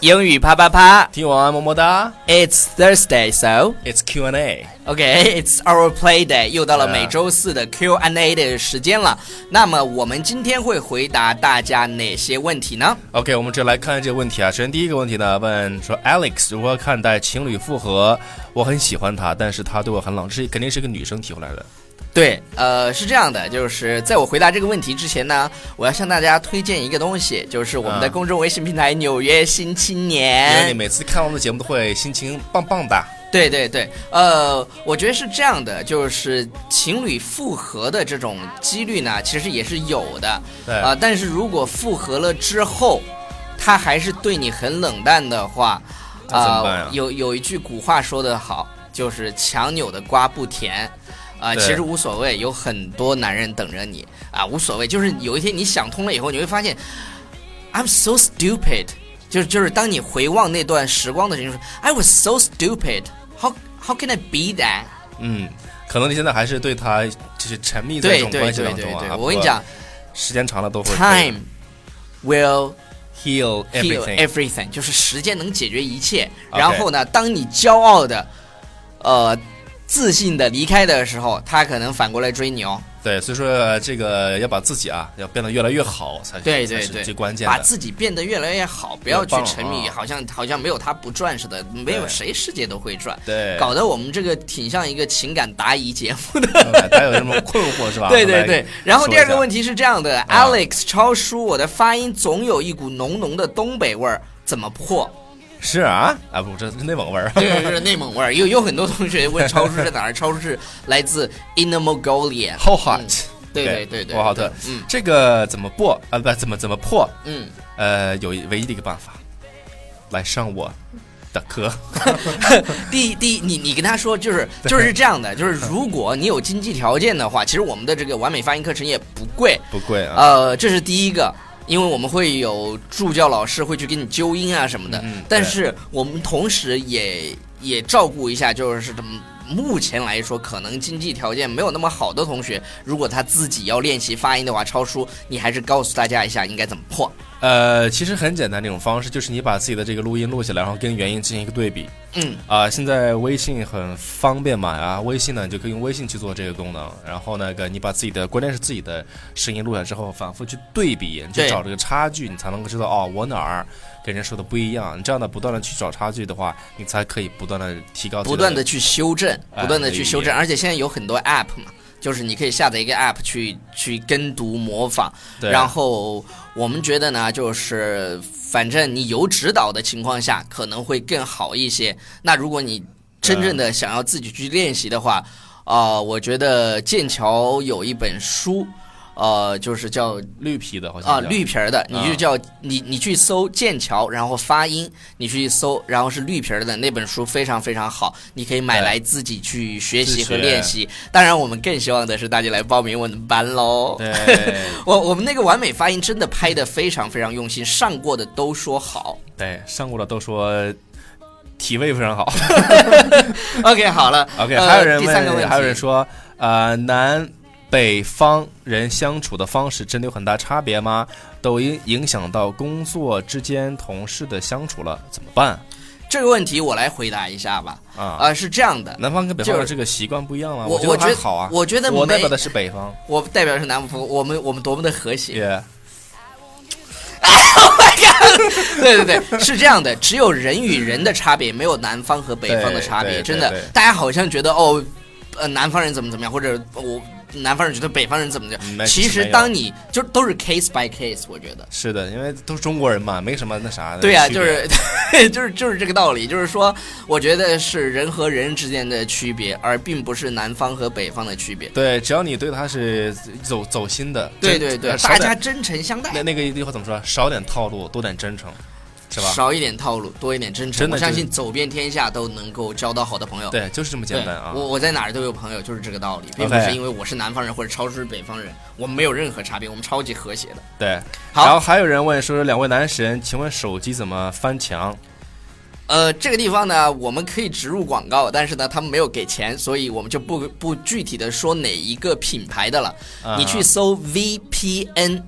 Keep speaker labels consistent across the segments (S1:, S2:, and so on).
S1: 英语啪啪啪
S2: 听完么么哒
S1: ，It's Thursday, so
S2: ，It's Q&A。
S1: OK, it's our play day。又到了
S2: 是
S1: 每周四的 Q&A 的时间了。那么我们今天会回答大家哪些问题呢？
S2: OK，我们这来看这个问题啊。首先第一个问题呢，问说 Alex 如何看待情侣复合？我很喜欢他，但是他对我很冷，这肯定是一个女生提出来的。
S1: 对，呃，是这样的，就是在我回答这个问题之前呢，我要向大家推荐一个东西，就是我们的
S2: 嗯
S1: 公众微信平台《纽约啊新青
S2: 因
S1: 年
S2: 为》你。每次看我们的节目都会心情棒棒的。
S1: 对对对，呃，我觉得是这样的，就是情侣复合的这种几率呢，其实也是有的，
S2: 对
S1: 啊、但是如果复合了之后，他还是对你很冷淡的话，
S2: 那怎么办呀
S1: 呃，有有一句古话说得好，就是强扭的瓜不甜。啊、
S2: 对
S1: 其实无所谓，有很多男人等着你啊，无所谓。就是有一天你想通了以后，你会发现，I'm so stupid。就是就是，当你回望那段时光的时候，你说 I was so stupid。How how can I be that？
S2: 嗯，可能你现在还是对他就是沉迷在
S1: 对
S2: 这种
S1: 对
S2: 关系
S1: 对
S2: 当
S1: 对
S2: 中
S1: 对
S2: 啊。，
S1: 我跟你讲
S2: 不过，时间长了都会
S1: ，time will
S2: heal
S1: heal
S2: everything。
S1: everything，就是时间能解决一切。
S2: OK
S1: 然后呢，当你骄傲的，呃，自信的离开的时候，他可能反过来追你哦。
S2: 对，所以说这个要把自己啊，要变得越来越好才是
S1: 对对
S2: 才
S1: 对，
S2: 是最关键
S1: 把
S2: 的。
S1: 自己变得越来越好，不要去
S2: 棒
S1: 沉迷，
S2: 啊
S1: 好像好像没有他不转似的，没有
S2: 对
S1: 谁世界都会转。
S2: 对，
S1: 搞得我们这个挺像一个情感答疑节目的。
S2: 大家有什么困惑是吧？
S1: 对对对，然后第二个问
S2: 题，
S1: 题是这样的、
S2: 啊
S1: a l e x 超叔，我的发音总有一股浓浓的东北味儿，怎么破？
S2: 是啊啊不，这是内蒙味 儿。
S1: 对，是内蒙味儿。有有很多同学问超叔是哪儿，超叔是来自 Inner Mongolia。
S2: How hot？
S1: 对对对对，
S2: 呼和浩特
S1: 对，嗯
S2: 这个怎么破啊？不，怎么怎么破？
S1: 嗯，
S2: 呃，有一唯一的一个办法，来上我的课。
S1: 第一第一，你你跟他说就是就是这样的，就是如果你有经济条件的话，其实我们的这个完美发音课程也不贵，
S2: 不贵啊，
S1: 呃，这是第一个。因为我们会有助教老师会去给你纠音啊什么的，
S2: 嗯嗯
S1: 但
S2: 对
S1: 是我们同时也也照顾一下，就是这么目前来说，可能经济条件没有那么好的同学，如果他自己要练习发音的话，超叔，你还是告诉大家一下应该怎么破。
S2: 呃，其实很简单，这种方式就是你把自己的这个录音录下来，然后跟原音进行一个对比。
S1: 嗯，
S2: 啊、现在微信很方便嘛，啊，微信呢你就可以用微信去做这个功能，然后那个你把自己的关键是自己的声音录下来之后，反复去对比，你去
S1: 对
S2: 找这个差距，你才能够知道哦，我哪儿跟人说的不一样。你这样的不断的去找差距的话，你才可以不断的提高自己
S1: 不断的去修正，
S2: 哎
S1: 不断的去修正，而且现在有很多 app 嘛，就是你可以下载一个 app 去去跟读模仿。
S2: 对啊
S1: 然后我们觉得呢，就是反正你有指导的情况下可能会更好一些。那如果你真正
S2: 啊
S1: 的想要自己去练习的话，呃，我觉得剑桥有一本书，呃，就是叫
S2: 绿皮的好像
S1: 啊，
S2: 叫
S1: 绿皮儿的，你就
S2: 啊
S1: 叫、你你去搜剑桥，然后发音，你去搜，然后是绿皮儿的那本书非常非常好，你可以买
S2: 对
S1: 来自己去学
S2: 自
S1: 习和
S2: 学
S1: 练习。当然，我们更希望的是大家来报名我们的班喽。
S2: 对
S1: 我我们那个完美发音真的拍的非常非常用心，上过的都说好。
S2: 对，上过了都说体位非常好。
S1: OK，好了
S2: OK，、
S1: 呃
S2: 还有人
S1: 第三个问题，
S2: 问，还有人说，呃，南北方人相处的方式真的有很大差别吗？抖音影响到工作之间同事的相处了，怎么办
S1: 这个问题，我来回答一下吧。
S2: 啊？
S1: 呃，是这样的，
S2: 南方跟北方
S1: 就
S2: 的
S1: 是
S2: 这个习惯不一样吗？
S1: 我
S2: 觉得
S1: 觉
S2: 还
S1: 得
S2: 好啊，
S1: 我觉得
S2: 我代
S1: 没
S2: 表的是北方，
S1: 我代表是南方，我们我们多么的和谐。
S2: 也
S1: 对对对，是这样的，只有人与人的差别，没有南方和北方的差别。
S2: 对对
S1: 真的
S2: 对对，
S1: 大家好像觉得哦，呃，南方人怎么怎么样，或者我南方人觉得北方人怎么怎么
S2: 嗯没
S1: 样。其实
S2: 没有
S1: 当你就都是 case by case，我觉得。
S2: 是的，因为都是中国人嘛，没什么那啥呃的区别。
S1: 对呀、就是就是 就是这个道理，就是说，我觉得是人和人之间的区别，而并不是南方和北方的区别。
S2: 对，只要你对他是走走心的，
S1: 对
S2: 真
S1: 对对，
S2: 呃少
S1: 大
S2: 点
S1: 家真诚相待
S2: 那，那个句话怎么说？少点套路，多点真诚，是吧？
S1: 少一点套路，多一点真诚。
S2: 真的
S1: 我相
S2: 就是
S1: 信走遍天下都能够交到好的朋友。
S2: 对，就是这么简单啊
S1: 对。我我在哪儿都有朋友，就是这个道理，并不
S2: OK
S1: 是因为我是南方人或者超叔是北方人，我们没有任何差别，我们超级和谐的。
S2: 对，
S1: 好
S2: 然后还有人问说，两位男神，请问手机怎么翻墙？
S1: 呃，这个地方呢，我们可以植入广告，但是呢，他们没有给钱，所以我们就不不具体的说哪一个品牌的了。
S2: 啊
S1: 你去搜 VPN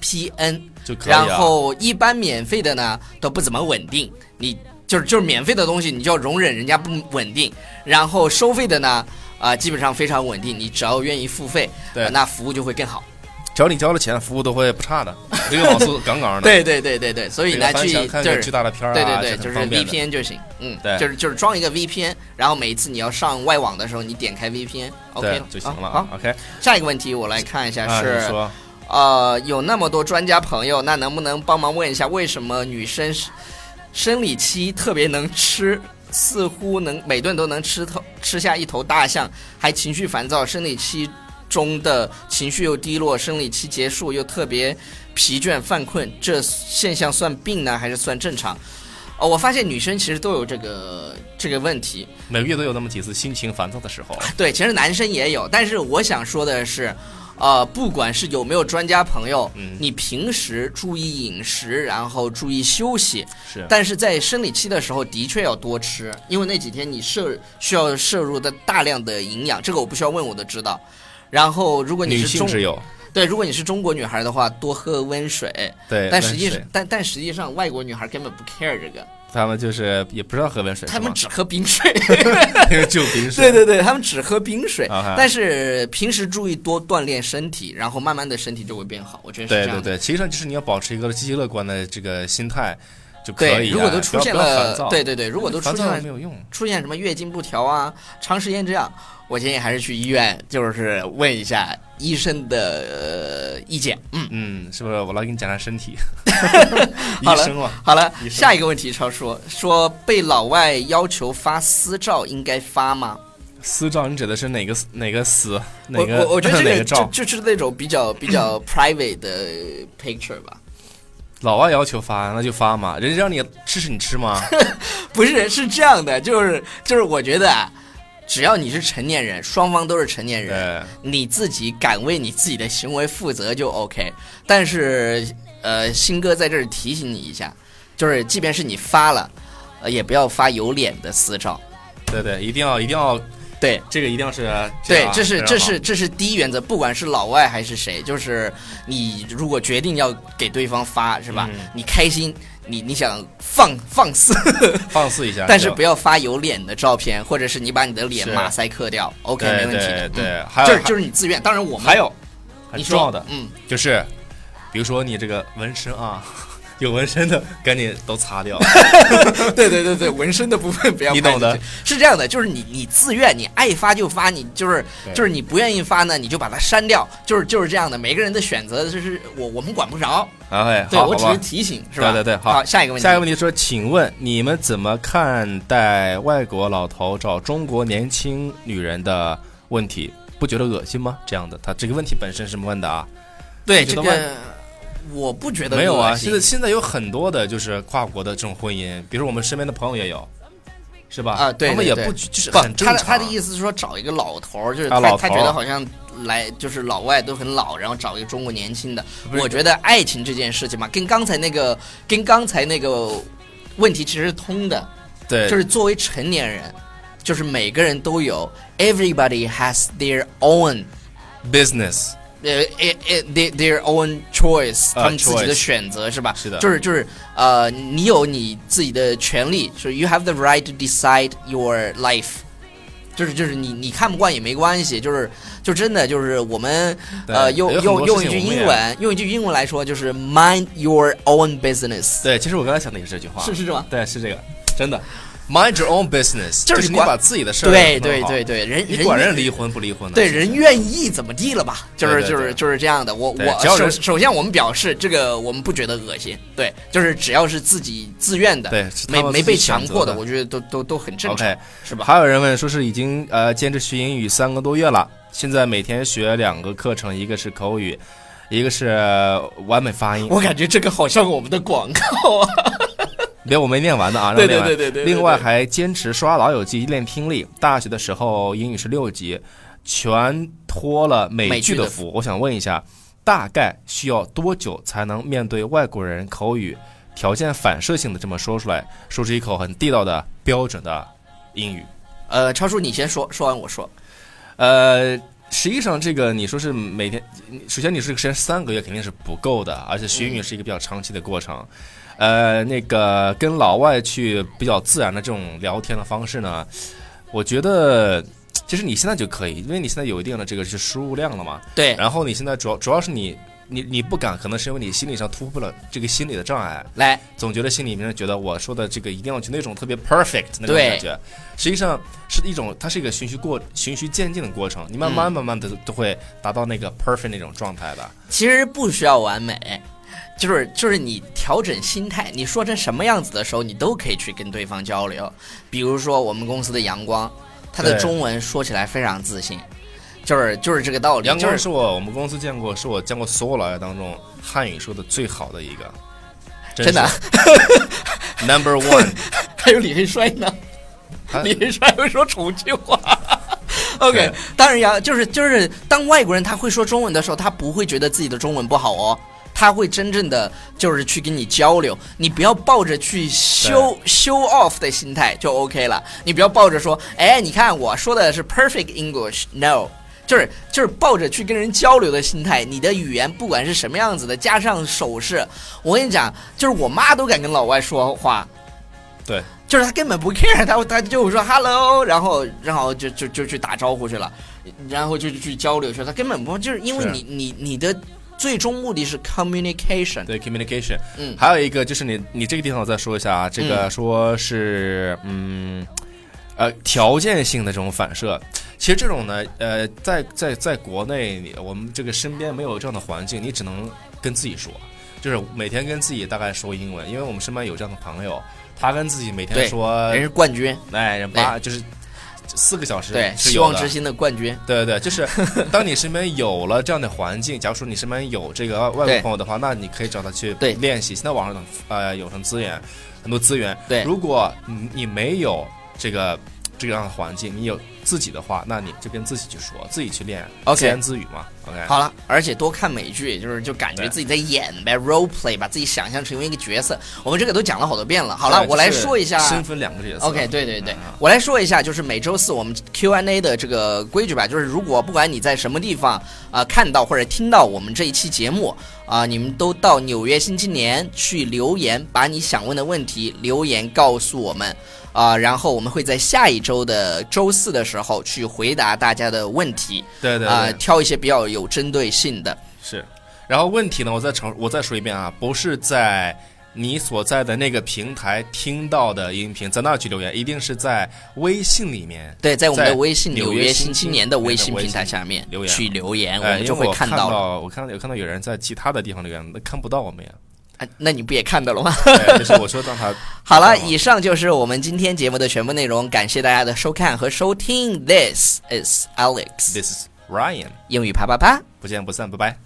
S1: VPN，
S2: 就可以、啊。
S1: 然后一般免费的呢都不怎么稳定，你就是就是免费的东西，你就要容忍人家不稳定。然后收费的呢，啊、基本上非常稳定，你只要愿意付费，
S2: 对
S1: 呃那服务就会更好。
S2: 只要你交了钱，服务都会不 差的，这个网速杠杠的。
S1: 对对对对对，所以
S2: 这个
S1: 呢，
S2: 翻
S1: 去
S2: 墙看
S1: 就
S2: 个
S1: 是
S2: 巨大的片儿啊，
S1: 对对对，
S2: 这
S1: 就是
S2: 很方便的
S1: VPN 就行，嗯，
S2: 对
S1: 就是就是装一个 VPN，然后每一次你要上外网的时候，你点开 VPN，OK、
S2: 对就行了
S1: 啊。好，
S2: OK，
S1: 下一个问题我来看一下
S2: 啊，你
S1: 是，
S2: 说
S1: 呃，有那么多专家朋友，那能不能帮忙问一下，为什么女生是生理期特别能吃，似乎能每顿都能吃头吃下一头大象，还情绪烦躁，生理期中的情绪又低落，生理期结束又特别疲倦犯困，这现象算病呢，还是算正常？哦，我发现女生其实都有这个这个问题，
S2: 每个月都有那么几次心情烦躁的时 候，
S1: 对，其实男生也有，但是我想说的是，呃，不管是有没有专家朋友，
S2: 嗯
S1: 你平时注意饮食，然后注意休息，
S2: 是
S1: 但是在生理期的时候的确要多吃，因为那几天你摄需要摄入的大量的营养，这个我不需要问我都知道。然后，如果你
S2: 女
S1: 是
S2: 性
S1: 中
S2: 只有
S1: 对，如果你是中国女孩的话，多喝温水。
S2: 对，
S1: 但实际
S2: 是
S1: 上，但但实际上，外国女孩根本不 care 这个，
S2: 他们就是也不知道喝温水是
S1: 她
S2: 吗，
S1: 们只喝冰水。
S2: 就冰
S1: 对
S2: 水。
S1: 对对，他们只喝冰水
S2: OK
S1: 但是平时注意多锻炼身体，然后慢慢的身体就会变好。我觉得是
S2: 对
S1: 这样
S2: 对
S1: 的。
S2: 对，其实上就是你要保持一个积极乐观的这个心态就可
S1: 对
S2: 以啊。
S1: 如果都出
S2: 不要
S1: 现
S2: 不要
S1: 了
S2: 烦躁，
S1: 对对对，如果都出
S2: 烦
S1: 现
S2: 躁
S1: 了
S2: 没有用。
S1: 出现什么月经不调啊，长时间这样，我建议还是去医院，就是问一下医生的、呃、意见。嗯，
S2: 嗯，是不是？我来给你检查身 体，
S1: 好
S2: 医
S1: 了
S2: 生嘛，
S1: 好了，
S2: 医生
S1: 下一个问题，超说说被老外要求发私照应该发吗？
S2: 私照你指的是哪个哪个私哪
S1: 我
S2: 个
S1: 我我觉得
S2: 哪
S1: 这
S2: 个
S1: 个
S2: 照
S1: 就？就是那种比较比较 private 的 picture 吧。
S2: 老外要求发那就发嘛，人家让你吃是你 吃吗？
S1: 不是，是这样的，就是就是，我觉得啊，只要你是成年人，双方都是成年人，
S2: 对，
S1: 你自己敢为你自己的行为负责就 OK。但是，呃，新哥在这儿提醒你一下，就是即便是你发了，呃，也不要发有脸的私照。
S2: 对对，一定要一定要
S1: 对
S2: 这个一定要是
S1: 对
S2: 样，
S1: 这是
S2: 样
S1: 这
S2: 啊好
S1: 是这是第一原则，不管是老外还是谁，就是你如果决定要给对方发，是吧？
S2: 嗯
S1: 你开心，你你想放放肆，
S2: 放肆一下，
S1: 但是
S2: 就
S1: 不要发有脸的照片，或者是你把你的脸
S2: 是
S1: 马赛克掉，OK，
S2: 对
S1: 没问题的。嗯，
S2: 对对，还有
S1: 就是就是你自愿。当然我们
S2: 还有很
S1: 你
S2: 重
S1: 说
S2: 要的
S1: 嗯，
S2: 就是，比如说你这个纹身啊， 有纹身的赶紧都 擦掉，
S1: 对对对对，纹身的部分不要
S2: 你
S1: 拍
S2: 懂
S1: 进
S2: 的
S1: 去。是这样的，就是你你自愿，你爱发就发，你就是
S2: 对
S1: 就是你不愿意发呢，你就把它删掉，就是就是这样的。每个人的选择就是我我们管不着，
S2: 哎，
S1: 对
S2: 好
S1: 我
S2: 好
S1: 只是
S2: 吧。
S1: 提醒，是吧？
S2: 对对对好
S1: 好，下一个问题，
S2: 下一个问题说，请问你们怎么看待外国老头找中国年轻女人的问题？不觉得恶心吗？这样的，他这个问题本身是问的啊，
S1: 对
S2: 你觉
S1: 这
S2: 得
S1: 个我 不觉得
S2: 没有啊。
S1: 恶
S2: 现
S1: 心
S2: 在现在有很多的就是跨国的这种婚姻，比如我们身边的朋友也有，是吧？
S1: 啊对
S2: 他们也
S1: 对
S2: 不就是
S1: 不，
S2: 很正
S1: 他
S2: 常。
S1: 的他的意思是说找一个老头儿，就是他、
S2: 啊老
S1: 他
S2: 头
S1: 觉
S2: 儿
S1: 得好像来就是老外都很老，然后找一个中国年轻的。
S2: 不是
S1: 我觉得爱情这件事情嘛，跟刚才那个跟刚才那个问题其实是通的，
S2: 对，
S1: 就是作为成年人，就是每个人都有，everybody has their own。
S2: business
S1: 呃呃呃，their their own choice，、
S2: 啊
S1: 他们自己的
S2: choice
S1: 选择是吧？
S2: 是的
S1: 就是就是呃，你有你自己的权利，就是 you have the right to decide your life，就是就是你你看不惯也没关系，就是就真的就是我们
S2: 对
S1: 呃用
S2: 有很
S1: 用
S2: 多
S1: 用
S2: 事
S1: 一
S2: 情
S1: 句
S2: 我们
S1: 英
S2: 也
S1: 文用一句英文来说就是 mind your own business，
S2: 对，其实我刚才想的也是这句话，
S1: 是是这吗？
S2: 对，是这个，真的。Mind your own business，
S1: 就是
S2: 是你
S1: 管
S2: 把自己的事儿
S1: 对
S2: 弄
S1: 对
S2: 好
S1: 对，对，人
S2: 你管
S1: 人
S2: 人离婚不离婚的？
S1: 对
S2: 其实
S1: 人愿意怎么地了吧？就是
S2: 对对
S1: 就是
S2: 对
S1: 就是这样的。我
S2: 对
S1: 我
S2: 只要
S1: 首
S2: 人
S1: 首先我们表示这个我们不觉得恶心，对，就是只要是自己自愿的，
S2: 对是他
S1: 没
S2: 们
S1: 没
S2: 自
S1: 被
S2: 己
S1: 强
S2: 选择
S1: 迫
S2: 的
S1: 我觉得都都都很正常
S2: OK
S1: 是吧？
S2: 还有人问说是已经呃坚持学英语三个多月了，现在每天学两个课程，一个是口语，一个是呃完美发音。
S1: 我感觉这个好像我们的广告啊，
S2: 别我没念完的啊，
S1: 对
S2: 让我
S1: 对
S2: 念
S1: 对
S2: 完
S1: 对对。对
S2: 另外
S1: 对
S2: 还坚持刷《老友记》练听力，大学的时候英语是六级，全托了美剧的
S1: 美剧
S2: 福。我想问一下，大概需要多久才能面对外国人口语条件反射性的这么说出来，说出一口很地道的标准的英语？
S1: 呃，超叔你先说，说完我说。
S2: 呃，实际上，这个你说是每天，首先你这个时间三个月肯定是不够的，而且学英语是一个比较长期的过程。呃，那个跟老外去比较自然的这种聊天的方式呢，我觉得其实你现在就可以，因为你现在有一定的这个是输入量了嘛。
S1: 对，
S2: 然后你现在主要主要是你你你不敢，可能是因为你心理上突破了这个心理的障碍，
S1: 来，
S2: 总觉得心里面觉得我说的这个一定要去那种特别 perfect 那种
S1: 对
S2: 感觉，实际上是一种，它是一个循序过循序渐进的过程，你慢
S1: 嗯
S2: 慢慢慢的都会达到那个 perfect 那种状态的。
S1: 其实不需要完美，就是就是你调整心态，你说成什么样子的时候，你都可以去跟对方交流。比如说我们公司的阳光，他的
S2: 对
S1: 中文说起来非常自信，就是就是这个道理。
S2: 梁
S1: 就
S2: 光
S1: 是
S2: 是我我们公司见过，是我见过所有老外当中汉语说的最好的一个，
S1: 真的，啊
S2: 是 number one。
S1: 还有李黑帅呢，
S2: 他
S1: 李黑帅会说重庆话。OK，
S2: 对
S1: 当然呀，就是就是，当外国人他会说中文的时候，他不会觉得自己的中文不好哦，他会真正的就是去跟你交流。你不要抱着去修 show off 的心态就 OK 了，你不要抱着说，哎，你看我说的是 perfect English，no。就是就是抱着去跟人交流的心态，你的语言不管是什么样子的，加上手势，我跟你讲，就是我妈都敢跟老外说话，
S2: 对，
S1: 就是他根本不 care，他他就说 hello，然后然后就就就去打招呼去了，然后就去交流去了，他根本不就是因为
S2: 是
S1: 你你你的最终目的是 communication，
S2: 对 communication，
S1: 嗯
S2: 还有一个就是你你这个地方我再说一下啊，这个说是嗯呃条件性的这种反射，其实这种呢呃在在在国内你我们这个身边没有这样的环境，你只能跟自己说，就是每天跟自己大概说英文，因为我们身边有这样的朋友，他跟自己每
S1: 对
S2: 天说
S1: 人是冠军，
S2: 哎人八就是四个小时
S1: 对，
S2: 是
S1: 希
S2: 有
S1: 望
S2: 的
S1: 之星的冠军，
S2: 对对，对，就是当你身边有了这样的环境，假如说你身边有这个外
S1: 对
S2: 国朋友的话，那你可以找他去
S1: 对
S2: 练习。现在网上的呃有什么资源，很多资源。
S1: 对
S2: 如果你你没有这个这样的环境，你有自己的话，那你就跟自己去说，自己去练
S1: OK
S2: 自言自语嘛。OK，
S1: 好了，而且多看美剧，就是就感觉
S2: 对
S1: 自己在演呗，role play，把自己想象成为一个角色。我们这个都讲了好多遍了，好了，
S2: 对
S1: 我来
S2: 就是
S1: 说一下，
S2: 身份两个角色。
S1: OK，对对对
S2: 嗯，
S1: 我来说一下，就是每周四我们 Q&A 的这个规矩吧，就是如果不管你在什么地方啊、呃看到或者听到我们这一期节目啊、你们都到纽约新青年去留言，把你想问的问题留言告诉我们。啊、然后我们会在下一周的周四的时候去回答大家的问题，
S2: 对对
S1: 啊、
S2: 对，
S1: 挑一些比较有针对性的。
S2: 是。然后问题呢，我再重我再说一遍啊，不是在你所在的那个平台听到的音频，在那儿去留言，一定是在微信里面。
S1: 对，在我们的
S2: 在
S1: 微信《
S2: 纽
S1: 纽
S2: 约
S1: 约新
S2: 新青
S1: 青
S2: 年
S1: 年》
S2: 的
S1: 的微信
S2: 微
S1: 平台
S2: 信
S1: 下面
S2: 留言
S1: 去留言，我
S2: 哎，
S1: 们
S2: 因
S1: 就
S2: 为
S1: 会
S2: 我
S1: 看
S2: 看
S1: 到了。
S2: 我看到有看到有人在其他的地方留言，那看不到我们呀。
S1: 啊那你不也看到了吗？
S2: 对，就是我说让他
S1: 好了，以上就是我们今天节目的全部内容，感谢大家的收看和收听。This is Alex，
S2: this is Ryan，
S1: 英语啪啪啪。
S2: 不见不散，拜拜。